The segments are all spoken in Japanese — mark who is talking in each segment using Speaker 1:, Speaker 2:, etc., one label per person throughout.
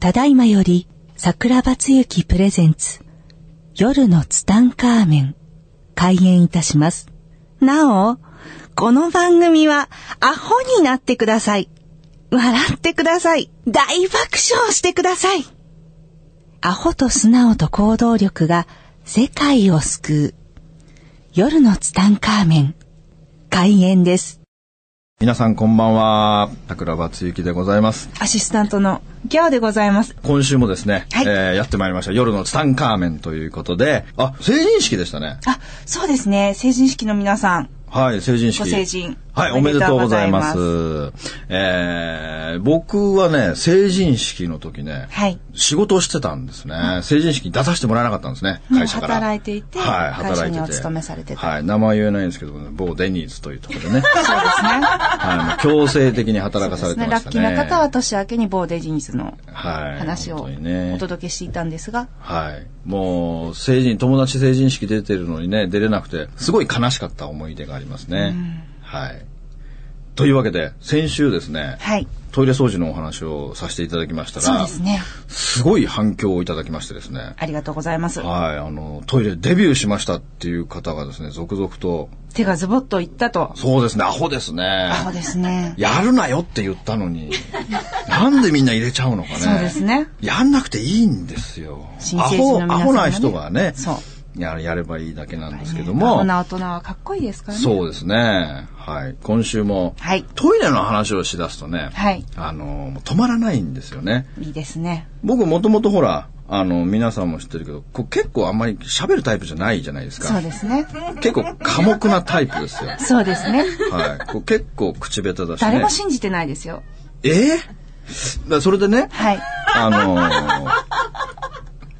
Speaker 1: ただいまより桜庭つゆきプレゼンツ夜のツタンカーメン開演いたします。なお、この番組はアホになってください。笑ってください。大爆笑してください。アホと素直と行動力が世界を救う。夜のツタンカーメン開演です。
Speaker 2: 皆さんこんばんは桜庭つゆきでございます
Speaker 1: アシスタントのギャオでございます。
Speaker 2: 今週もですね、
Speaker 1: はい
Speaker 2: えーやってまいりました夜のツタンカーメンということであ成人式でしたね
Speaker 1: あ、そうですね。成人式の皆さん。
Speaker 2: はい成人式
Speaker 1: ご成人
Speaker 2: はい
Speaker 1: お
Speaker 2: お
Speaker 1: め
Speaker 2: め
Speaker 1: で
Speaker 2: で
Speaker 1: と
Speaker 2: と
Speaker 1: う
Speaker 2: う
Speaker 1: ご
Speaker 2: ご
Speaker 1: ざ
Speaker 2: ざ
Speaker 1: い
Speaker 2: い
Speaker 1: ま
Speaker 2: ますすえー僕はね成人式の時ね、
Speaker 1: はい
Speaker 2: 仕事をしてたんですね成人式に出させてもらえなかったんですね
Speaker 1: もう
Speaker 2: 会社から
Speaker 1: 働いていて
Speaker 2: はい働いてて
Speaker 1: 会社にお勤めされてた
Speaker 2: はい名前言えないんですけどもね某デニーズというところでね
Speaker 1: そうですね。
Speaker 2: はいもう強制的に働かされてま
Speaker 1: ラ
Speaker 2: し
Speaker 1: ッ
Speaker 2: たね
Speaker 1: キーな方は年明けにボーデジニズの
Speaker 2: はい
Speaker 1: 話を
Speaker 2: 本当にね
Speaker 1: お届けしていたんですが、
Speaker 2: はい。もう、成人、友達成人式出てるのにね、出れなくて、すごい悲しかった思い出がありますね。はい。というわけで、先週ですね、
Speaker 1: はい
Speaker 2: トイレ掃除のお話をさせていただきました
Speaker 1: そう
Speaker 2: ら、
Speaker 1: ですね。
Speaker 2: すごい反響をいただきましてですね、
Speaker 1: ありがとうございます。
Speaker 2: はい、あの、トイレデビューしましたっていう方がですね、続々と、
Speaker 1: 手がズボッといったと。
Speaker 2: そうですね、アホですね。
Speaker 1: アホですね。
Speaker 2: やるなよって言った のに、なんでみんな入れちゃうのかね。
Speaker 1: そうですね。
Speaker 2: やんなくていいんですよ。
Speaker 1: 新成人の皆さんがね
Speaker 2: アホ、アホな人がね、
Speaker 1: そう
Speaker 2: ややればいいだけなんですけど
Speaker 1: アホ
Speaker 2: も、
Speaker 1: な大人はかっこいいですからね。
Speaker 2: そうですね。はい。今週も、
Speaker 1: はい
Speaker 2: トイレの話をしだすとね、
Speaker 1: はい
Speaker 2: あの、もう止まらないんですよね。
Speaker 1: いいですね。
Speaker 2: 僕もともとほら、あの、皆さんも知ってるけど、こう結構あんまり喋るタイプじゃないじゃないです
Speaker 1: そう
Speaker 2: か。
Speaker 1: ですね。
Speaker 2: 結構寡黙なタイプですよ。
Speaker 1: そうですね。
Speaker 2: はい。こう結構口下手だしね。
Speaker 1: 誰も信じてないですよ。
Speaker 2: えー、だそれでね、
Speaker 1: はい。
Speaker 2: あのー、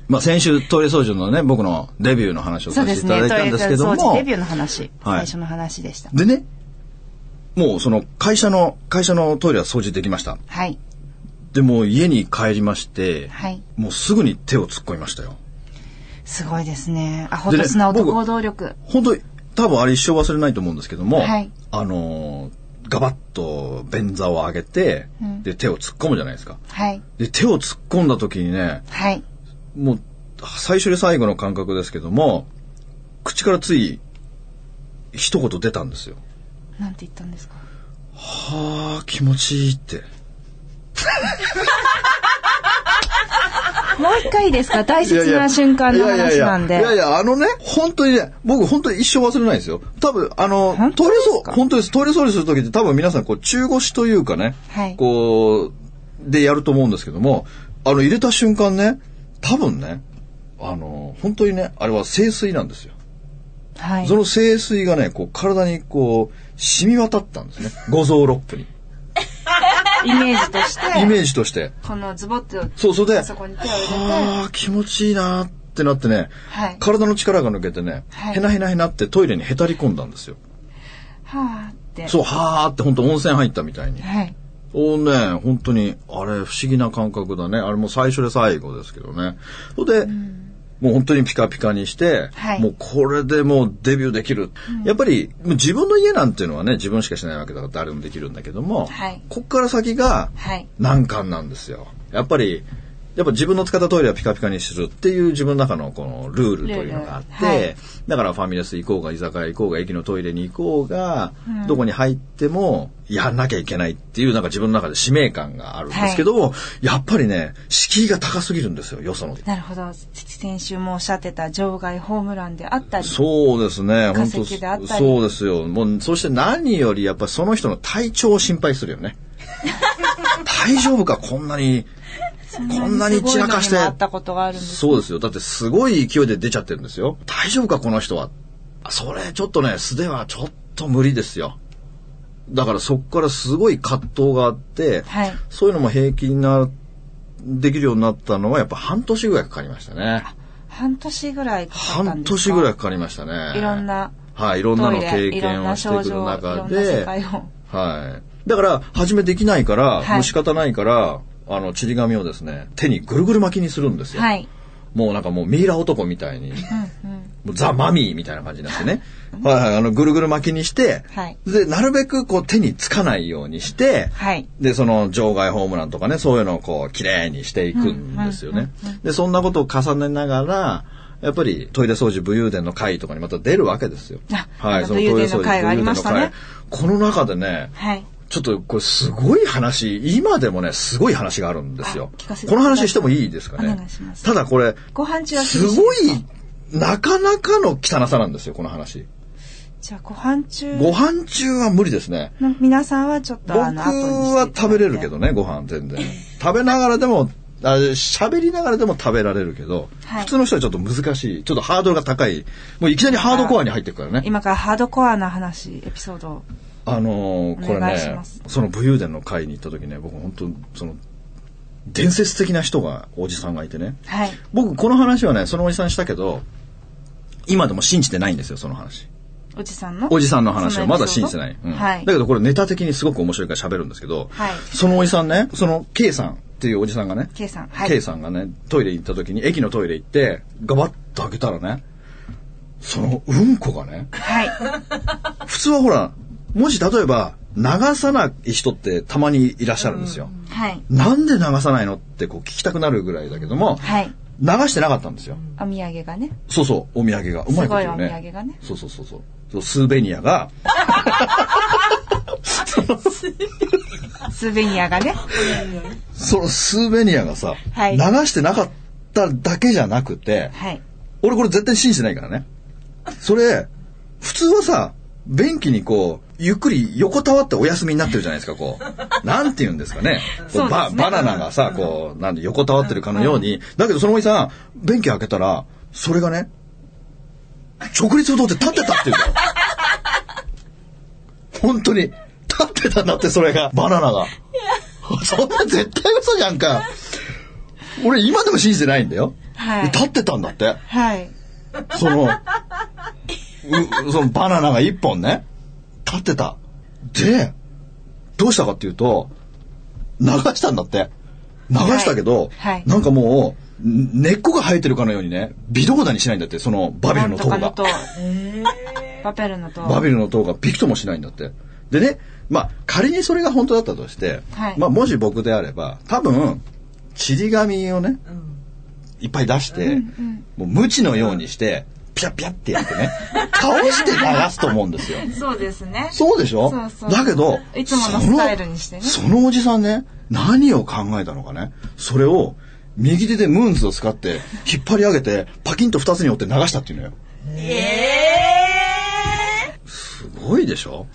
Speaker 2: まあ、先週、トイレ掃除のね、僕のデビューの話を
Speaker 1: そう
Speaker 2: さ
Speaker 1: で
Speaker 2: せ
Speaker 1: す
Speaker 2: ていただ
Speaker 1: ね。
Speaker 2: い
Speaker 1: ト
Speaker 2: た
Speaker 1: イ
Speaker 2: ん
Speaker 1: レ
Speaker 2: ですけど
Speaker 1: 掃
Speaker 2: も、
Speaker 1: 除デビューの話、
Speaker 2: はい
Speaker 1: 最初の話でした。
Speaker 2: でね、もうその会社の、会社のトイレは掃除できました。
Speaker 1: はい。
Speaker 2: で、もう家に帰りまして、
Speaker 1: はい
Speaker 2: もうすぐに手を突っ込みましたよ。
Speaker 1: すごいですね。アホ
Speaker 2: で
Speaker 1: と
Speaker 2: ね
Speaker 1: 素直と
Speaker 2: 僕
Speaker 1: 行動力。
Speaker 2: 本当に、多分あれ一生忘れないと思うんですけども、
Speaker 1: はい
Speaker 2: あのー、ガバッと便座を上げて、
Speaker 1: うん
Speaker 2: で、手を突っ込むじゃないですか。
Speaker 1: はい。
Speaker 2: で、手を突っ込んだ時にね、
Speaker 1: はい。
Speaker 2: もう、最初で最後の感覚ですけども、口からつい、一言出たんですよ。
Speaker 1: なんて言ったんですか
Speaker 2: はあ、気持ちいいって。
Speaker 1: もう一回いいですか大切な瞬間の話なん
Speaker 2: いやい
Speaker 1: で。
Speaker 2: やいやいやいや、あのね、本当にね、僕本当に一生忘れないですよ。多分、あの
Speaker 1: 本、当
Speaker 2: トイ
Speaker 1: で
Speaker 2: レ
Speaker 1: す
Speaker 2: 掃
Speaker 1: か
Speaker 2: 除、本当です。トイレ掃除するときって多分皆さん、こう、中腰というかね、
Speaker 1: はい
Speaker 2: こう、でやると思うんですけども、あの、入れた瞬間ね、多分ね、あの、本当にね、あれは清水なんですよ。
Speaker 1: はい
Speaker 2: そ。の清水がね、こう、体にこう、染み渡ったんですね。五臓六腑に。
Speaker 1: イメージとして。
Speaker 2: イメージとして。
Speaker 1: このズボッと
Speaker 2: そう、それで、
Speaker 1: そこに手を入れて
Speaker 2: はあ、気持ちいいなってなってね、
Speaker 1: はい
Speaker 2: 体の力が抜けてね、
Speaker 1: はい
Speaker 2: へなへなへなってトイレにへたり込んだんですよ。
Speaker 1: はーって。
Speaker 2: そう、はーって本当温泉入ったみたいに。
Speaker 1: はい。
Speaker 2: おーね、本当に、あれ不思議な感覚だね。あれもう最初で最後ですけどね。それで、もう本当にピカピカにして、
Speaker 1: はい
Speaker 2: もうこれでもうデビューできる。やっぱりもう自分の家なんていうのはね、自分しかしないわけだから誰でもできるんだけども、
Speaker 1: はい
Speaker 2: こっから先が
Speaker 1: はい。
Speaker 2: 難関なんですよ。やっぱり、やっぱ自分の使ったトイレはピカピカにするっていう自分の中のこのルールというのがあって、
Speaker 1: ルールはい
Speaker 2: だからファミレス行こうが居酒屋行こうが駅のトイレに行こうが、どこに入ってもやんなきゃいけないっていうなんか自分の中で使命感があるんですけど、やっぱりね、敷居が高すぎるんですよ、よその。
Speaker 1: なるほど。先週もおっしゃってた場外ホームランであったり。
Speaker 2: そうですね、
Speaker 1: 化
Speaker 2: 本
Speaker 1: 石であったり
Speaker 2: 当そうですよ。もう、そして何よりやっぱりその人の体調を心配するよね。 大丈夫か、こんなに、こんなに散らかし
Speaker 1: す
Speaker 2: て
Speaker 1: ごいのにもあ。ったことがあるんです。
Speaker 2: そうですよ。だってすごい勢いで出ちゃってるんですよ。大丈夫か、この人は。あそれ、ちょっとね、素ではちょっと無理ですよ。だからそこからすごい葛藤があって、
Speaker 1: はい
Speaker 2: そういうのも平気にな、できるようになったのはやっぱ半年ぐらいかかりましたね。
Speaker 1: 半年ぐらいかかったん
Speaker 2: 半
Speaker 1: ですか
Speaker 2: 年ぐらいかかりましたね。
Speaker 1: いろんな
Speaker 2: はい、いろんなの経
Speaker 1: いろん
Speaker 2: 験
Speaker 1: な
Speaker 2: をして
Speaker 1: 症
Speaker 2: くる
Speaker 1: 状、いろ
Speaker 2: 中
Speaker 1: んな世
Speaker 2: で、
Speaker 1: 界を。
Speaker 2: はい。だから、始めできないから、
Speaker 1: はい
Speaker 2: もう仕方ないから、あの、ちり紙をですね、手にぐるぐる巻きにするんですよ。
Speaker 1: はい。
Speaker 2: もうなんかもうミイラ男みたいに、
Speaker 1: うんうん。
Speaker 2: もうザ・マミーみたいな感じになってね。 はいはい、あの、ぐるぐる巻きにして、
Speaker 3: はい
Speaker 2: で、なるべくこう手につかないようにして、
Speaker 3: はい
Speaker 2: で、その場外ホームランとかね、そういうのをこう、綺麗にしていくんですよね。で、そんなことを重ねながら、やっぱりトイレ掃除武勇伝の会とかにまた出るわけですよ。
Speaker 3: ああの武勇伝の会がありましたね
Speaker 2: 武勇伝の会この中でね、
Speaker 3: はい。
Speaker 2: ちょっとこれすごい話、今でもね、すごい話があるんですよ
Speaker 3: あ聞かせ。てく
Speaker 2: こ
Speaker 3: だ
Speaker 2: の
Speaker 3: さい
Speaker 2: 話してもいいですかね。
Speaker 3: お願いします
Speaker 2: ただこれ、
Speaker 3: ご飯中は
Speaker 2: す
Speaker 3: 禁止ですか
Speaker 2: ごい、なかなかの汚さなんですよ、この話。
Speaker 3: じゃあ、ご飯中。
Speaker 2: ご飯中は無理ですね。
Speaker 3: の皆さんはちょっと
Speaker 2: 僕
Speaker 3: あの後にし
Speaker 2: はい
Speaker 3: てただい
Speaker 2: 食
Speaker 3: て
Speaker 2: べれるけどね、ご飯全然。食べながらでも、あ喋りながらでも食べられるけど、
Speaker 3: はい
Speaker 2: 普通の人はちょっと難しい。ちょっとハードルが高い。もういきなりハードコアに入ってくからね。
Speaker 3: 今からハードコアな話エピソードを
Speaker 2: あのーこれ
Speaker 3: お願いし
Speaker 2: ね
Speaker 3: ます、
Speaker 2: その武勇伝の会に行った時ね、僕本当その、伝説的な人が、おじさんがいてね。
Speaker 3: はい
Speaker 2: 僕この話はね、そのおじさんにしたけど、今でも信じてないんですよ、その話。
Speaker 3: おじさんの
Speaker 2: おじさんの話はまだ
Speaker 3: そ
Speaker 2: 信
Speaker 3: のエ
Speaker 2: じ
Speaker 3: ピソ
Speaker 2: て
Speaker 3: ード
Speaker 2: ない。うん
Speaker 3: はい
Speaker 2: だけどこれネタ的にすごく面白いから喋るんですけど、
Speaker 3: はい
Speaker 2: そのおじさんね、その K さんっていうおじさんがね、
Speaker 3: K さんはい
Speaker 2: K さんがね、トイレ行った時に、駅のトイレ行って、ガバッと開けたらね、そのうんこが ね、
Speaker 3: はい
Speaker 2: 普通はほら、もし例えば、流さない人ってたまにいらっしゃるんですよ。
Speaker 3: はい
Speaker 2: なんで流さないのってこう聞きたくなるぐらいだけども、
Speaker 3: はい
Speaker 2: 流してなかったんですよ。
Speaker 3: お土産がね
Speaker 2: そうそう、お土産が。うまいこと言うね。
Speaker 3: すごいお土産がね
Speaker 2: そうそうそうそう。そうスーベニアが、
Speaker 3: スーベニアがね
Speaker 2: そのスーベニアがさ、
Speaker 3: はい
Speaker 2: 流してなかっただけじゃなくて、
Speaker 3: はい
Speaker 2: 俺これ絶対信じてないからね。それ、普通はさ、便器にこう、ゆっくり横たわってお休みになってるじゃないですか、こう。なんて言うんですかね。こ
Speaker 3: そうですね
Speaker 2: ババナナがさ、こう、なんで横たわってるかのように。だけどそのおじさん、便器開けたら、それがね、直立不動って立ってたっていうの。本当に。立ってたんだって、それが。バナナが。そんな絶対嘘じゃんか。俺今でも信じてないんだよ。
Speaker 3: はい
Speaker 2: 立ってたんだって。
Speaker 3: はい
Speaker 2: その、う そのバナナが一本ね、立ってた。で、どうしたかっていうと、流したんだって。流したけど、
Speaker 3: はいはい
Speaker 2: なんかもう、ん根っこが生えてるかのようにね、微動だにしないんだって、そのバビルの塔
Speaker 3: なん
Speaker 2: が
Speaker 3: と。かの塔バペルの塔
Speaker 2: バビルの塔がびくともしないんだって。でね、まあ仮にそれが本当だったとして、
Speaker 3: はい
Speaker 2: まあもし僕であれば、多分、ちり紙をね、いっぱい出して、もう無知のようにして、ピャッピャッってやってね、倒して流すと思うんですよ。
Speaker 3: そうですね
Speaker 2: そうでしょ
Speaker 3: そうそう
Speaker 2: だけど、
Speaker 3: いつものスタイルにしてね
Speaker 2: そのそのおじさんね、何を考えたのかね、それを右手でムーンズを使って引っ張り上げて、パキンと二つに折って流したっていうのよ。すごいでしょ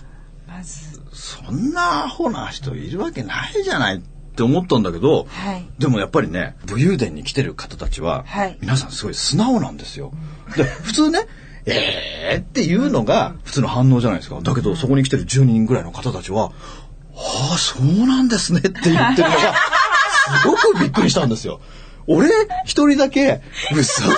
Speaker 3: まず
Speaker 2: そんなアホな人いるわけないじゃないって思ったんだけど、
Speaker 3: はい
Speaker 2: でもやっぱりね、武勇伝に来てる方たちは、
Speaker 3: はい
Speaker 2: 皆さんすごい素直なんですよ。で、普通ね、えーっていうのが普通の反応じゃないですか。だけど、そこに来てる10人ぐらいの方たちは、ああ、そうなんですねって言ってるのが、すごくびっくりしたんですよ。俺、一人だけ、嘘だ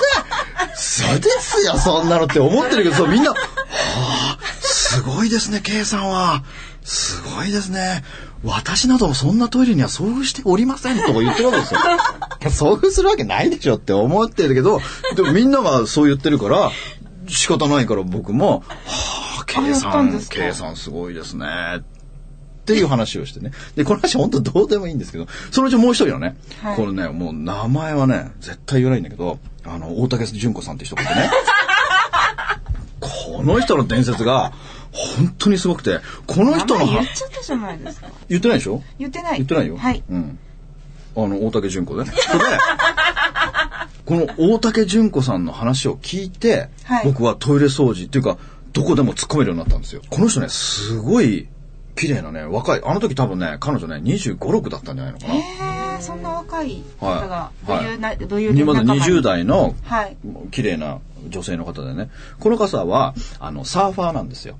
Speaker 2: 嘘ですよ、そんなのって思ってるけど、そうみんな、はあ、すごいですね、K さんは。すごいですね。私などそんなトイレには遭遇しておりませんとか言ってるわけですよ。遭遇するわけないでしょって思ってるけど、でもみんながそう言ってるから、仕方ないから僕も、はあ、K
Speaker 3: あやった
Speaker 2: さ
Speaker 3: んで
Speaker 2: ん、
Speaker 3: すか
Speaker 2: K さんすごいですね。っていう話をしてね。で、この話本当どうでもいいんですけど、そのうちもう一人のね、
Speaker 3: はい
Speaker 2: これね、もう名前はね、絶対言わないんだけど、あの、大竹純子さんって人がいてね。この人の伝説が、本当にすごくて、この人の
Speaker 3: 名前
Speaker 2: は
Speaker 3: 言っちゃったじゃないですか
Speaker 2: 言ってないでしょ
Speaker 3: 言ってない
Speaker 2: 言ってないよ。
Speaker 3: はい
Speaker 2: うん。あの、大竹純子ね。それで、この大竹純子さんの話を聞いて、
Speaker 3: はい
Speaker 2: 僕はトイレ掃除っていうか、どこでも突っ込めるようになったんですよ。この人ね、すごい綺麗なね、若い。あの時多分ね、彼女ね、25、6だったんじゃないのかな。
Speaker 3: えー、そんな若い方
Speaker 2: は
Speaker 3: が
Speaker 2: い
Speaker 3: 武勇な武勇伝
Speaker 2: 今
Speaker 3: 仲
Speaker 2: まだ
Speaker 3: 間に
Speaker 2: 20代の
Speaker 3: はい
Speaker 2: 綺麗な女性の方でねこの方はあのサーファーなんですよ、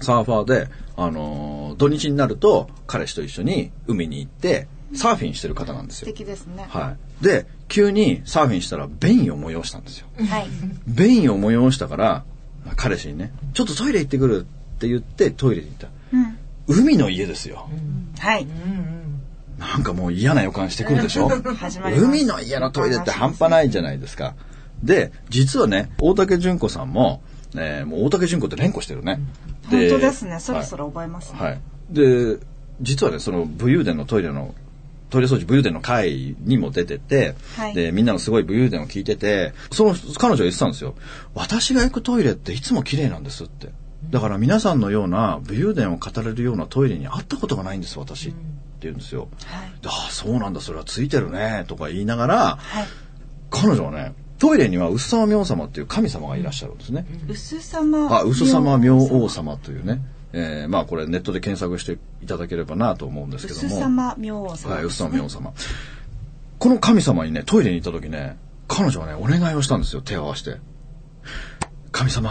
Speaker 2: サーファーで、あのー土日になると彼氏と一緒に海に行ってサーフィンしてる方なんです
Speaker 3: 素
Speaker 2: よ、
Speaker 3: 敵ですね
Speaker 2: はい、で急にサーフィンしたら便意を催したんですよ
Speaker 3: はい
Speaker 2: 便意を催したから彼氏にね「ちょっとトイレ行ってくる」って言ってトイレに行った
Speaker 3: うん
Speaker 2: 海の家ですよ、
Speaker 3: はい
Speaker 2: なんかもう嫌な予感してくるでしょ
Speaker 3: 始まります
Speaker 2: 海の家のトイレって半端ないじゃないですか。で、実はね、大竹純子さんも、えーもう大竹純子って連呼してるね。
Speaker 3: 本当ですね。そろそろ覚えますね。
Speaker 2: はい。で、実はね、その武勇伝のトイレの、トイレ掃除武勇伝の会にも出てて、
Speaker 3: はい
Speaker 2: で、みんなのすごい武勇伝を聞いてて、その彼女が言ってたんですよ。私が行くトイレっていつも綺麗なんですって。だから皆さんのような武勇伝を語れるようなトイレに会ったことがないんです私って言うんですよ。
Speaker 3: はい
Speaker 2: でああ、そうなんだ、それはついてるね、とか言いながら、
Speaker 3: はい。
Speaker 2: 彼女はね、トイレには薄沢明王様っていう神様がいらっしゃるんですね。
Speaker 3: 薄様。
Speaker 2: あ、嘘様明王様というね。えーまあこれネットで検索していただければなと思うんですけども。
Speaker 3: 薄様明王様。
Speaker 2: はい、薄沢明王様。この神様にね、トイレに行った時ね、彼女はね、お願いをしたんですよ、手を合わせて。神様、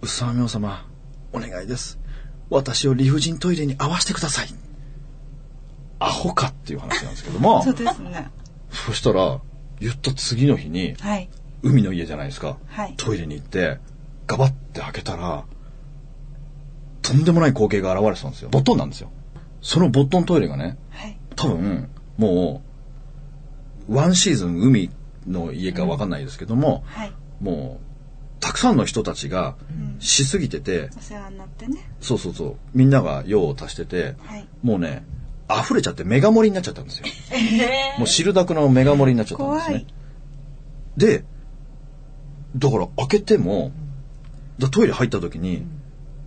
Speaker 2: 薄沢明王様、お願いです。私を理不尽トイレに合わせてください。アホかっていう話なんですけども、
Speaker 3: そうですね。
Speaker 2: そしたら、言った次の日に、
Speaker 3: はい。
Speaker 2: 海の家じゃないですか、
Speaker 3: はい
Speaker 2: トイレに行ってガバッて開けたらとんでもない光景が現れてたんですよボットンなんですよそのボットントイレがね
Speaker 3: はい。
Speaker 2: 多分もうワンシーズン海の家かわかんないですけども、
Speaker 3: はい。
Speaker 2: もうたくさんの人たちが
Speaker 3: ん
Speaker 2: しすぎてて、
Speaker 3: お世話になってね。
Speaker 2: そうそうそうみんなが用を足してて、
Speaker 3: はい
Speaker 2: もうね溢れちゃってメガ盛りになっちゃったんですよ、もう汁だくのメガ盛りになっちゃったんですね
Speaker 3: 怖い
Speaker 2: で、だから開けても、だトイレ入った時に、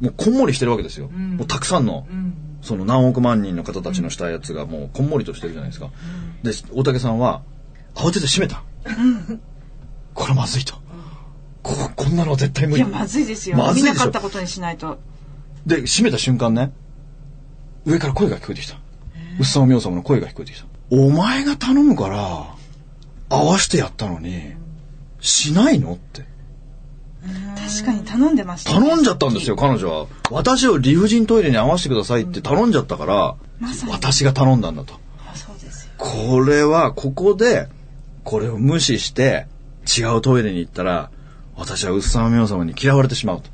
Speaker 2: もうこんもりしてるわけですよ。もうたくさんの、その何億万人の方たちのしたやつがもうこんもりとしてるじゃないですか。で、大竹さんは、慌てて閉めた。これまずいと。こ、こんなのは絶対無
Speaker 3: い
Speaker 2: 理
Speaker 3: や、。まずいですよ。
Speaker 2: まずい
Speaker 3: 見
Speaker 2: でしょ
Speaker 3: なかったことにしないと。
Speaker 2: で、閉めた瞬間ね、上から声が聞こえてきた。うっさおみょうさまの声が聞こえてきた。お前が頼むから、合わせてやったのに、しないのって。
Speaker 3: 確かに頼んでました。
Speaker 2: 頼んじゃったんですよ、。彼女は。私を理不尽トイレに合わせてくださいって頼んじゃったから、
Speaker 3: まさに
Speaker 2: 私が頼んだんだと。
Speaker 3: あそうですよ。
Speaker 2: これは、ここで、これを無視して、違うトイレに行ったら、私はうっさまみ様に嫌われてしまうと。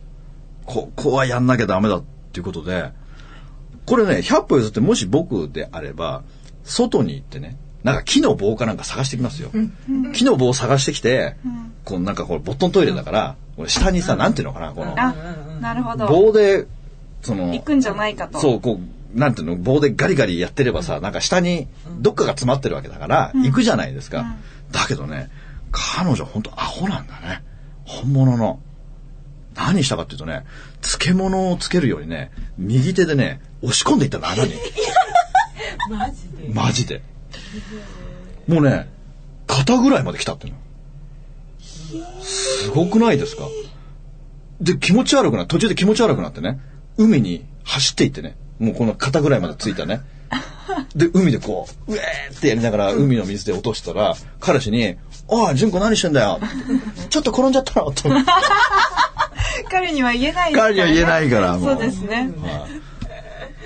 Speaker 2: ここはやんなきゃダメだっていうことで、これね、100歩譲ってもし僕であれば、外に行ってね、なんか木の棒かなんか探してきますよ。木の棒を探してきて、こうなんかこれボットントイレだから、これ下にさ、なんていうのかな、この。
Speaker 3: あ、なるほど。
Speaker 2: 棒で、その、
Speaker 3: 行くんじゃないかと。
Speaker 2: そう、こう、なんていうの、棒でガリガリやってればさ、なんか下にどっかが詰まってるわけだから、行くじゃないですか。だけどね、彼女本当アホなんだね。本物の。何したかっていうとね、漬物をつけるようにね、右手でね、押し込んでいったの、穴に。 マジでマジで。もうね、肩ぐらいまで来たっていうの。すごくないですかで、気持ち悪くな、途中で気持ち悪くなってね、海に走っていってね、もうこの肩ぐらいまでついたね。で、海でこう、うえーってやりながら海の水で落としたら、彼氏に、おい、純子何してんだよ。ちょっと転んじゃったよ。と。
Speaker 3: 彼には言えない
Speaker 2: 彼には言えないから、も。
Speaker 3: そううですね。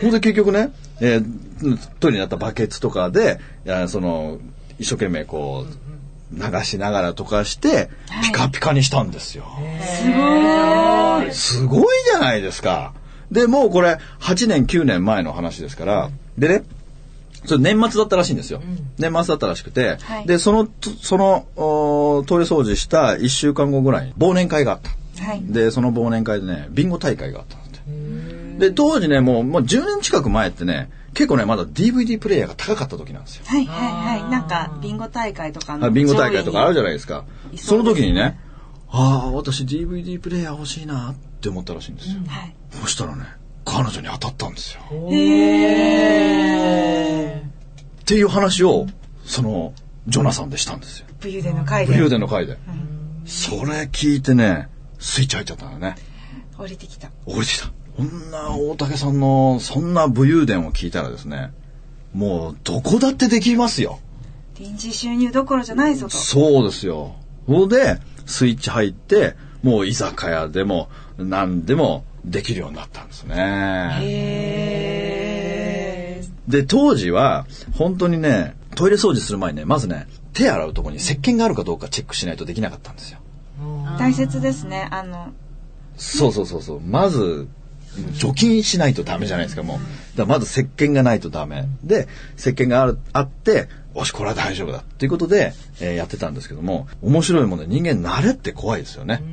Speaker 2: ほんで結局ね、えートイレにあったバケツとかで、いやその、一生懸命こう、流しながら溶かして、ピカピカにしたんですよ。すごい。すごいじゃないですか。で、もうこれ、8年、9年前の話ですから、でね、それ年末だったらしいんですよ。年末だったらしくて、
Speaker 3: はい
Speaker 2: で、その、とその、おトイレ掃除した1週間後ぐらいに忘年会があった。
Speaker 3: はい。
Speaker 2: で、その忘年会でね、ビンゴ大会があったんだって。で、当時ね、もう、もう10年近く前ってね、結構ね、まだ DVD プレイヤーが高かった時なんですよ。
Speaker 3: はいはいはい。なんか、ビンゴ大会とか
Speaker 2: あ
Speaker 3: の。
Speaker 2: ビンゴ大会とかあるじ
Speaker 3: ゃ
Speaker 2: ゃないですか。
Speaker 3: いそ
Speaker 2: そうの
Speaker 3: です
Speaker 2: 時
Speaker 3: ね
Speaker 2: にね、ああ、私 DVD プレイヤー欲しいなって思ったらしいんですよ。
Speaker 3: ない。はい。
Speaker 2: そしたらね、彼女に当たったんですよ。っていう話を、その、ジョナサンでしたんですよ。
Speaker 3: 武勇伝の会
Speaker 2: 武勇
Speaker 3: で
Speaker 2: 伝の回で。それ聞いてね、スイッチ入っちゃったんだね。
Speaker 3: 降りてきた。
Speaker 2: 降りてきた。こんな大竹さんの、そんな武勇伝を聞いたらですね、もう、どこだってできますよ。
Speaker 3: 臨時収入どころじゃないぞと。
Speaker 2: そうですよ。それで、スイッチ入って、もう居酒屋でも、何でもできるようになったんですね。で、当時は、本当にね、トイレ掃除する前にね、まずね、手洗うとこに石鹸があるかどうかチェックしないとできなかったんですよ。
Speaker 3: 大切ですね。あの、
Speaker 2: そうそうそうそう。まず、除菌しないとダメじゃないですか、もう。だからまず石鹸がないとダメ。で、石鹸があるあって、よし、これは大丈夫だ。ということで、えーやってたんですけども、面白いもので人間慣れって怖いですよね。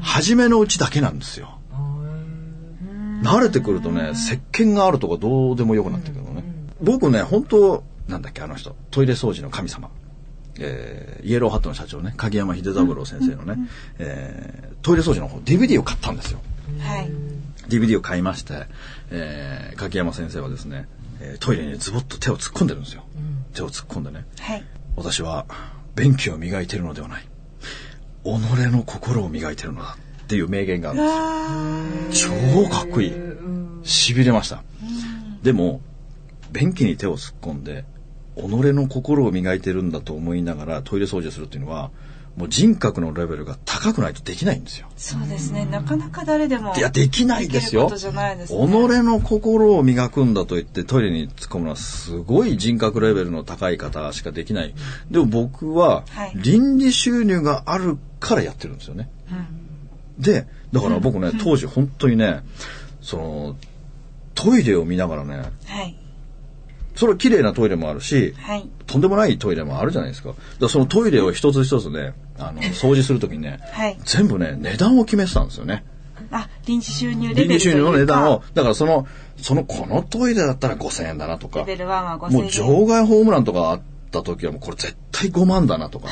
Speaker 2: 初めのうちだけなんですよ。慣れてくるとね、石鹸があるとかどうでもよくなってくるのね。僕ね、本当なんだっけ、あの人。トイレ掃除の神様。えーイエローハットの社長ね、鍵山秀三郎先生のね、えートイレ掃除の方、DVD を買ったんですよ。
Speaker 3: はい。
Speaker 2: DVD を買いまして、えー柿山先生はですね、えートイレにズボッと手を突っ込んでるんですよ。手を突っ込んでね。
Speaker 3: はい。
Speaker 2: 私は、便器を磨いてるのではない。己の心を磨いてるのだ。っていう名言があるんですよ。超かっこいい。痺れました。でも、便器に手を突っ込んで、己の心を磨いてるんだと思いながらトイレ掃除をするっていうのは、もう人格のレベルが高くないとできないんですよ。
Speaker 3: そうですね。なかなか誰でも。
Speaker 2: いや、できないですよ。
Speaker 3: できることじゃないです、
Speaker 2: 己
Speaker 3: ね。
Speaker 2: の心を磨くんだと言ってトイレに突っ込むのはすごい人格レベルの高い方しかできない。でも僕は
Speaker 3: はい
Speaker 2: 倫理収入があるからやってるんですよね。で、だから僕ね、当時本当にね、その、トイレを見ながらね、
Speaker 3: はい。
Speaker 2: それは綺麗なトイレもあるし、
Speaker 3: はい。
Speaker 2: とんでもないトイレもあるじゃないですか。だからそのトイレを一つ一つね、あの、掃除するときにね、
Speaker 3: はい
Speaker 2: 全部ね、値段を決めてたんですよね。
Speaker 3: あ、臨時収入レベ
Speaker 2: 倫
Speaker 3: ルという
Speaker 2: 理
Speaker 3: か。
Speaker 2: 収入の値段を、だからその、その、このトイレだったら5000円だなと
Speaker 3: レ
Speaker 2: か、
Speaker 3: ベル1は5000円。
Speaker 2: もう場外ホームランとかあった時はもうこれ絶対5万だな とか、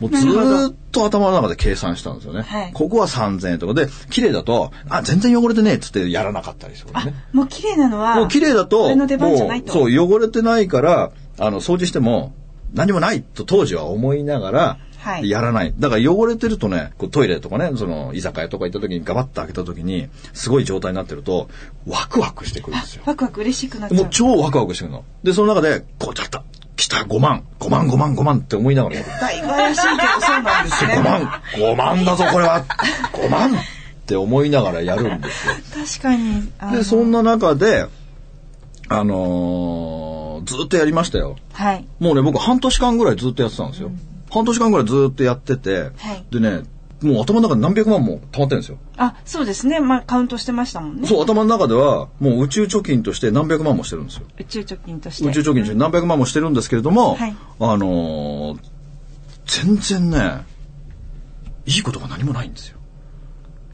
Speaker 2: もうずーっと頭の中で計算したんですよね。
Speaker 3: はい
Speaker 2: ここは3000円とかで、綺麗だと、あ、全然汚れてねえっつってやらなかったりするね。
Speaker 3: もう綺麗なのは。
Speaker 2: もう綺麗だと、
Speaker 3: 俺の出番じゃない
Speaker 2: もう、
Speaker 3: と。
Speaker 2: そう、汚れてないから、あの、掃除しても、何もないと当時は思いながら、
Speaker 3: はい
Speaker 2: やらない。だから汚れてるとね、こうトイレとかね、その、居酒屋とか行った時にガバッと開けた時に、すごい状態になってると、ワクワクしてくるんですよ。
Speaker 3: ワクワク嬉しくなっち
Speaker 2: も
Speaker 3: ゃ
Speaker 2: う
Speaker 3: う。
Speaker 2: 超ワクワクしてくるの。で、その中で、こうちゃった。来た、5万。5万、5万、5万って思いながらやる。
Speaker 3: だいぶ怪しいけど、そうなん です
Speaker 2: 5
Speaker 3: ね。
Speaker 2: 万、5万だぞ、これは。5万って思いながらやるんですよ。
Speaker 3: 確かに。あの
Speaker 2: で、そんな中で、あのーずっとやりましたよ。
Speaker 3: はい。
Speaker 2: もうね、僕半年間ぐらいずっとやってたんですよ。半年間ぐらいずっとやってて、
Speaker 3: はい
Speaker 2: でね、もう頭の中で何百万も溜まってるんですよ。
Speaker 3: あ、そうですね。まあ、カウントしてましたもんね。
Speaker 2: そう、頭の中では、もう宇宙貯金として何百万もしてるんですよ。
Speaker 3: 宇宙貯金として。
Speaker 2: 宇宙貯金中何百万もしてるんですけれども、
Speaker 3: はい
Speaker 2: あのー全然ね、いいことが何もないんですよ。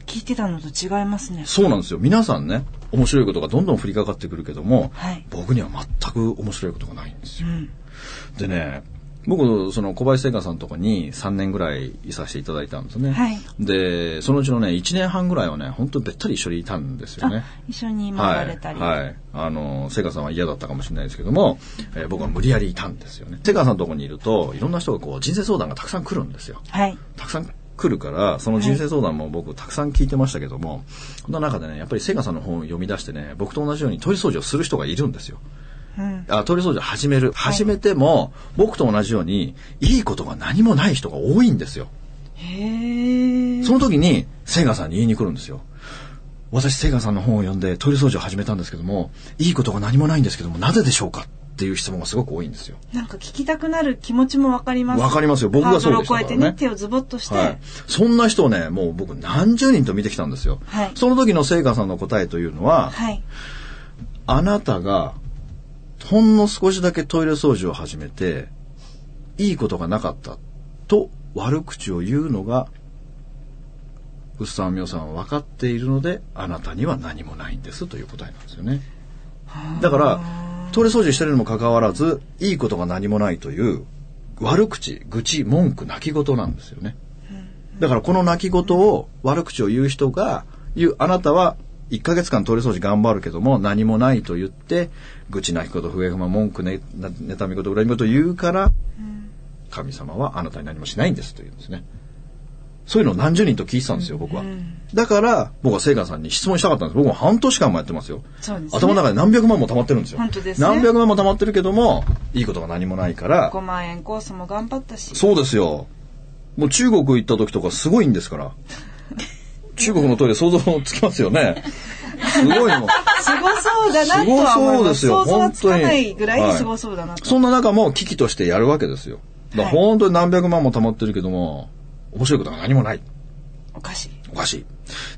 Speaker 3: 聞いてたのと違いますね。
Speaker 2: そうなんですよ。皆さんね、面白いことがどんどん降りかかってくるけども、
Speaker 3: はい
Speaker 2: 僕には全く面白いことがないんですよ。でね、僕、その小林製菓さんとかに3年ぐらいいさせていただいたんですね。
Speaker 3: はい
Speaker 2: で、そのうちのね、1年半ぐらいはね、本当にべったり一緒にいたんですよね
Speaker 3: あ。、一緒に
Speaker 2: は
Speaker 3: 回られたり。
Speaker 2: い。はい。あの、セガさんは嫌だったかもしれないですけども、えー僕は無理やりいたんですよね。セガさんのところにいると、いろんな人がこう、人生相談がたくさん来るんですよ。
Speaker 3: はい。
Speaker 2: たくさん来るから、その人生相談も僕たくさん聞いてましたけども、その中でね、やっぱりセガさんの本を読み出してね、僕と同じようにトイレ掃除をする人がいるんですよ。
Speaker 3: うん。
Speaker 2: あトイレ掃除を始める。始めても、僕と同じように、いいことが何もない人が多いんですよ。
Speaker 3: へえ。
Speaker 2: その時に、セガさんに言いに来るんですよ。私、セガさんの本を読んでトイレ掃除を始めたんですけども、いいことが何もないんですけども、なぜでしょうかっていう質問がすごく多いんですよ。
Speaker 3: なんか聞きたくなる気持ちもわかります。
Speaker 2: わかりますよ僕がそうでした
Speaker 3: ハ
Speaker 2: からね
Speaker 3: ードルを超えてね、手をズボッとして。
Speaker 2: はい。そんな人をね、もう僕何十人と見てきたんですよ。
Speaker 3: はい
Speaker 2: その時の聖華さんの答えというのは、
Speaker 3: はい。
Speaker 2: あなたがほんの少しだけトイレ掃除を始めて、いいことがなかったと悪口を言うのが、うっさんみょうさんは分かっているので、あなたには何もないんですという答えなんですよね。だから、トイレ掃除してるにもかかわらず、いいことが何もないという、悪口、愚痴、文句、泣き言なんですよね。だからこの泣き言を、悪口を言う人が、言う、あなたは1ヶ月間トイレ掃除頑張るけども、何もないと言って、愚痴、泣き言、不平不満、文句、ね、な妬み事、恨み事言うから、神様はあなたに何もしないんですというんですね。そういうのを何十人と聞いてたんですよ、僕は。だから、僕は聖火さんに質問したかったんです。僕も半年間もやってますよ。
Speaker 3: そうですね
Speaker 2: 頭の中で何百万も貯まってるんですよ。
Speaker 3: 本当ですね
Speaker 2: 何百万も貯まってるけども、いいことが何もないから、
Speaker 3: 5万円コースも頑張ったし。
Speaker 2: そうですよ。もう中国行った時とかすごいんですから。 中国のトイレ想像つきますよね。すごいもう。
Speaker 3: すごそうだなとは思います。
Speaker 2: すごそうですよ
Speaker 3: 想像はつかないぐら
Speaker 2: 本当
Speaker 3: い
Speaker 2: に
Speaker 3: すごそうだなと。
Speaker 2: そんな中も危機としてやるわけですよ。だから
Speaker 3: はい
Speaker 2: 本当に何百万も貯まってるけども、面白いことが何もない。
Speaker 3: おかしい。
Speaker 2: おかしい。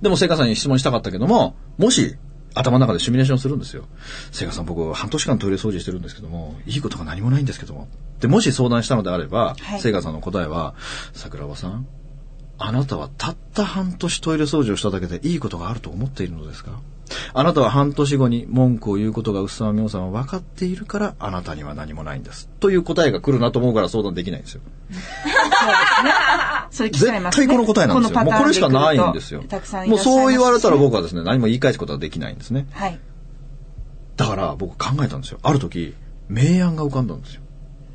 Speaker 2: でも、聖火さんに質問したかったけども、もし、頭の中でシミュレーションするんですよ。聖火さん、僕、半年間トイレ掃除してるんですけども、いいことが何もないんですけども。で、もし相談したのであれば、
Speaker 3: はい
Speaker 2: 聖火さんの答えは、桜庭さん、あなたはたった半年トイレ掃除をしただけでいいことがあると思っているのですかあなたは半年後に文句を言うことが薄沢美穂さんは分かっているから、あなたには何もないんです。という答えが来るなと思うから相談できないんですよ。
Speaker 3: それ聞
Speaker 2: 絶
Speaker 3: かれ
Speaker 2: 対
Speaker 3: ます、ね、
Speaker 2: この答えなんですよ。
Speaker 3: この
Speaker 2: もう
Speaker 3: パタ
Speaker 2: こ
Speaker 3: ーン
Speaker 2: れしかないんです
Speaker 3: 来
Speaker 2: よ
Speaker 3: るとたくさん。い
Speaker 2: も
Speaker 3: ら
Speaker 2: う
Speaker 3: っしゃいます
Speaker 2: そう言われたら僕はですね、何も言い返すことはできないんですね。
Speaker 3: はい
Speaker 2: だから僕考えたんですよ。ある時、明暗が浮かんだんですよ。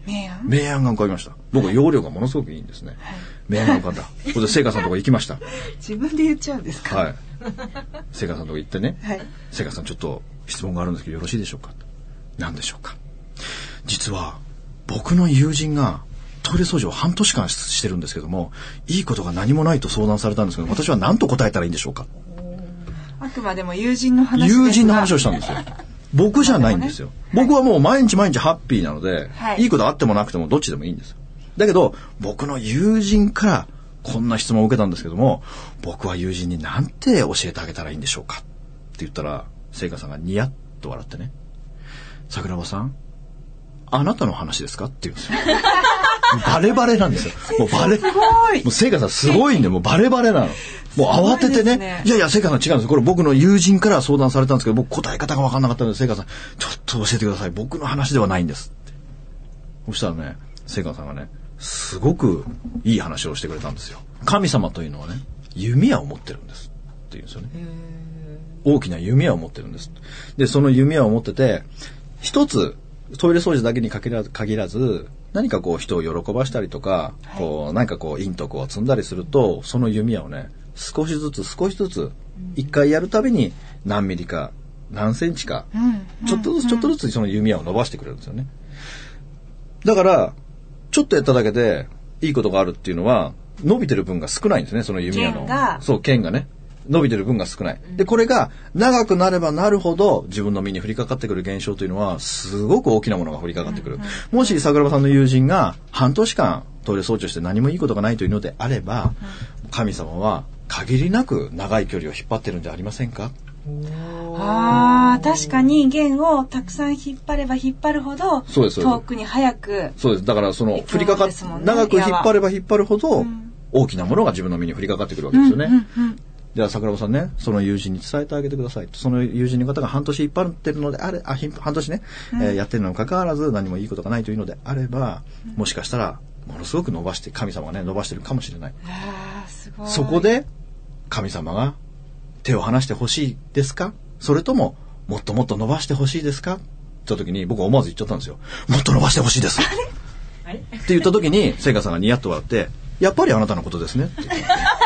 Speaker 3: 明暗
Speaker 2: 明暗が浮かびました。僕、容量がものすごくいいんですね。明暗が浮 かんだ。それで、聖火さんのとこ行きました。
Speaker 3: 自分で言っちゃうんですか
Speaker 2: はい。聖火さんのとこ行ってね。
Speaker 3: はい
Speaker 2: セガさんちょっと質問があるんですけどよろしいでしょうか何でしょうか実は僕の友人がトイレ掃除を半年間ししてるんですけどもいいことが何もないと相談されたんですけど私は何と答えたらいいんでしょうか
Speaker 3: あくまでも友人の話ですが
Speaker 2: 友人の話をしたん ですよ僕じゃないんですよ、僕はもう毎日毎日ハッピーなので、
Speaker 3: はい
Speaker 2: い、いことあってもなくてもどっちでもいいんですよだけど僕の友人からこんな質問を受けたんですけども僕は友人に何て教えてあげたらいいんでしょうかって言ったら聖火さんがニヤッと笑ってね桜庭さんあなたの話ですかって言うんですよバレバレなんですよもうバレ
Speaker 3: すごい
Speaker 2: もう聖火さんすごいんで、もうバレバレなの。もう慌てて
Speaker 3: すごいです
Speaker 2: ね。
Speaker 3: ね
Speaker 2: いやいや、聖火さん違うんです。これ僕の友人から相談されたんですけど、僕答え方が分かんなかったので、聖火さん、ちょっと教えてください。僕の話ではないんですって。そしたらね、聖火さんがね、すごくいい話をしてくれたんですよ。神様というのはね、弓矢を持ってるんです。っていうんですよね。大きな弓矢を持ってるんです。で、その弓矢を持ってて、一つ、トイレ掃除だけに限ら限らず、何かこう人を喜ばしたりとか、こう、何かこう、陰徳を積んだりすると、その弓矢をね、少しずつ少しずつ、一回やるたびに何ミリか、何センチか、ちょっとずつちょっとずつその弓矢を伸ばしてくれるんですよね。だから、ちょっとやっただけでいいことがあるっていうのは、伸びてる分が少ないんですね、その弓矢の。
Speaker 3: 剣が
Speaker 2: そう、剣がね。伸びてる分が少ない。で、これが長くなればなるほど自分の身に降りかかってくる現象というのは、すごく大きなものが降りかかってくる。もし桜庭さんの友人が半年間トイレ掃除をして何もいいことがないというのであれば、神様は限りなく長い距離を引っ張ってるんじゃありませんか
Speaker 3: あー確かに弦をたくさん引っ張れば引っ張るほ
Speaker 2: そう
Speaker 3: ど
Speaker 2: ですそうです
Speaker 3: 遠くに早く
Speaker 2: そうです。だからその、
Speaker 3: 生き
Speaker 2: 振りかか
Speaker 3: 物
Speaker 2: っ
Speaker 3: ですもんね
Speaker 2: 長く引っ張れば引っ張るほど、大きなものが自分の身に降りかかってくるわけですよね。じゃあ桜庭さんね、その友人に伝えてあげてください。その友人の方が半年引っ張ってるのであれ、あ、ひん半年ね、えーやってるのにかかわらず何もいいことがないというのであれば、もしかしたら、ものすごく伸ばして、神様がね、伸ばしてるかもしれない。
Speaker 3: あーすごい
Speaker 2: そこで、神様が手を離してほしいですかそれとも、もっともっと伸ばしてほしいですかって言った時に、僕は思わず言っちゃったんですよ。もっと伸ばしてほしいです。って言った時に、聖火さんがニヤッと笑って、やっぱりあなたのことですねって言って。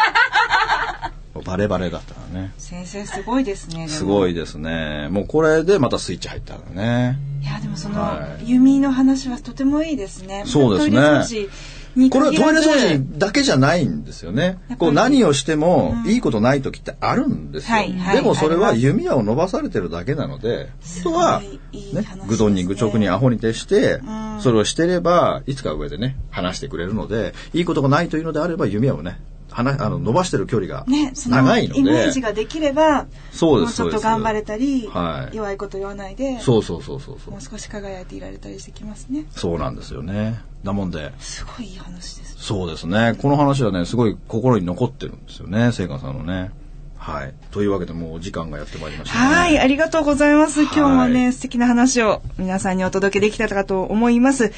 Speaker 2: バレバレだったらね。
Speaker 3: 先生すごいですねでも
Speaker 2: すごいですね。もうこれでまたスイッチ入ったんだね。
Speaker 3: いやでもその
Speaker 2: はい
Speaker 3: 弓の話はとてもいいですね。
Speaker 2: そうですね
Speaker 3: トイレ掃除に
Speaker 2: これはトイレ
Speaker 3: 限らず
Speaker 2: 掃除だけじゃないんですよね
Speaker 3: やっぱり。
Speaker 2: こう何をしてもいいことない時ってあるんですよ。
Speaker 3: はいはい
Speaker 2: でもそれ
Speaker 3: あ
Speaker 2: は
Speaker 3: ります
Speaker 2: 弓矢を伸ばされてるだけなので、人は、
Speaker 3: すごいいい
Speaker 2: ね
Speaker 3: 話ですね、
Speaker 2: 愚鈍に愚直にアホに徹して
Speaker 3: う、ん
Speaker 2: それをしてれば、いつか上でね、話してくれるので、いいことがないというのであれば弓矢をね、話あの伸ばしてる距離が
Speaker 3: ね、その
Speaker 2: 長いので、
Speaker 3: イメージができれば、
Speaker 2: そうで
Speaker 3: もう
Speaker 2: す
Speaker 3: ちょ
Speaker 2: そう
Speaker 3: っ
Speaker 2: で
Speaker 3: と
Speaker 2: す
Speaker 3: 頑張れたり、
Speaker 2: はい
Speaker 3: 弱いこと言わないで、
Speaker 2: そうそうそうそうそう
Speaker 3: もう。少し輝いていられたりしてきますね。
Speaker 2: そうなんですよね。なもんで、
Speaker 3: すごいいい話です。
Speaker 2: そうですね。この話はね、すごい心に残ってるんですよね、聖火さんのね。はい。というわけで、もうお時間がやってまいりました、ね。
Speaker 3: はい、ありがとうございます。今日は
Speaker 2: は
Speaker 3: ね、
Speaker 2: い
Speaker 3: 素敵な話を皆さんにお届けできたかと思います。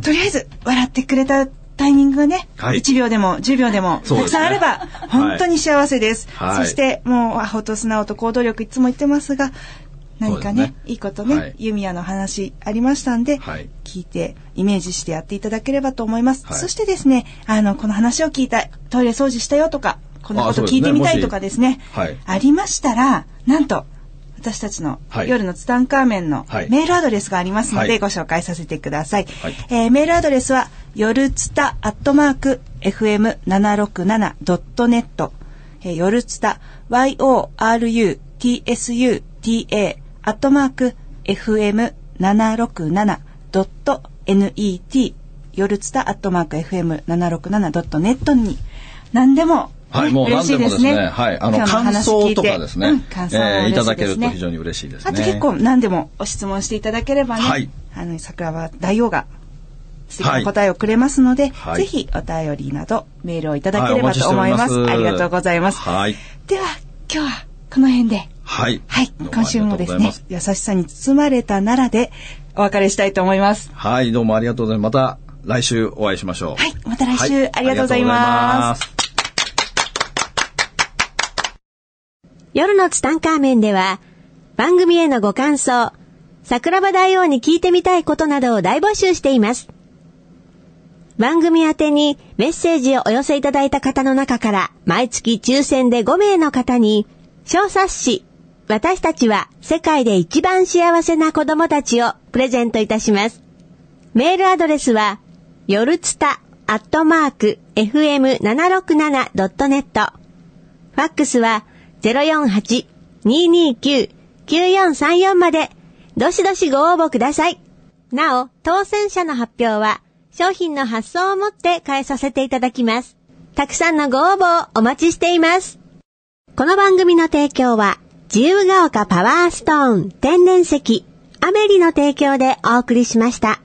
Speaker 3: とりあえず、笑ってくれたタイミングがね、
Speaker 2: はい
Speaker 3: 1秒でも10秒でも、
Speaker 2: そう
Speaker 3: た
Speaker 2: で
Speaker 3: く
Speaker 2: すね
Speaker 3: さんあれば、本当に幸せです。
Speaker 2: はい
Speaker 3: そして、もう、アホと素直と行動力いつも言ってますが、何か
Speaker 2: そうで
Speaker 3: ね
Speaker 2: すね
Speaker 3: いいことね、
Speaker 2: はい
Speaker 3: 弓矢の話ありましたんで、
Speaker 2: はい
Speaker 3: 聞いて、イメージしてやっていただければと思います。
Speaker 2: はい
Speaker 3: そしてですね、あの、この話を聞いた、トイレ掃除したよとか、こんなこ
Speaker 2: あそ
Speaker 3: と
Speaker 2: うです
Speaker 3: 聞
Speaker 2: ね
Speaker 3: いてみたい
Speaker 2: もし
Speaker 3: とかですね、
Speaker 2: はい
Speaker 3: ありましたら、なんと、私たちの
Speaker 2: はい
Speaker 3: 夜のツタンカーメンの
Speaker 2: はい
Speaker 3: メールアドレスがありますの
Speaker 2: は
Speaker 3: で
Speaker 2: い
Speaker 3: ご紹介させてください。
Speaker 2: はい
Speaker 3: えーメールアドレスは、夜ツタアットマーク fm767.net、えー、夜ツタ yorutsuta アットマーク fm767.net、夜ツタアットマーク fm767.net に何でも
Speaker 2: はい、
Speaker 3: ね
Speaker 2: もう何でもです
Speaker 3: 嬉しい
Speaker 2: ね、
Speaker 3: ですね
Speaker 2: はい、あの、
Speaker 3: 今日の
Speaker 2: 感
Speaker 3: 話聞
Speaker 2: 想
Speaker 3: いて
Speaker 2: とかですね、
Speaker 3: うん感想も嬉しい
Speaker 2: えーいただける
Speaker 3: です
Speaker 2: と
Speaker 3: ね
Speaker 2: 非常に嬉しいですね。
Speaker 3: あと結構何でもお質問していただければね、
Speaker 2: はい
Speaker 3: あの桜は大王が素敵
Speaker 2: は
Speaker 3: ない答えをくれますので、
Speaker 2: はい
Speaker 3: ぜひお便りなどメールをいただ
Speaker 2: は
Speaker 3: け
Speaker 2: い
Speaker 3: れ
Speaker 2: お
Speaker 3: ば
Speaker 2: 待ちし
Speaker 3: と
Speaker 2: てお
Speaker 3: 思い
Speaker 2: り
Speaker 3: ま。
Speaker 2: ますす
Speaker 3: ありがとうございます。
Speaker 2: はい。
Speaker 3: では今日はこの辺で、
Speaker 2: はい。
Speaker 3: はい
Speaker 2: どう、も
Speaker 3: 今週もですね、優しさに包まれた奈良でお別れしたいと思います。
Speaker 2: はい、どうもありがとうございます。また来週お会いしましょう。
Speaker 3: はいまた来週ありがとうござい
Speaker 2: ありがと
Speaker 3: ます
Speaker 2: うございす。
Speaker 1: 夜のツタンカーメンでは番組へのご感想、桜庭大王に聞いてみたいことなどを大募集しています。番組宛てにメッセージをお寄せいただいた方の中から毎月抽選で5名の方に小冊子私たちは世界で一番幸せな子供たちをプレゼントいたします。メールアドレスは、よるつた、アットマーク、fm767.net。ファックスは048-229-9434まで、どしどしご応募ください。なお、当選者の発表は、商品の発送をもって返させていただきます。たくさんのご応募をお待ちしています。この番組の提供は、自由が丘パワーストーン天然石、アメリの提供でお送りしました。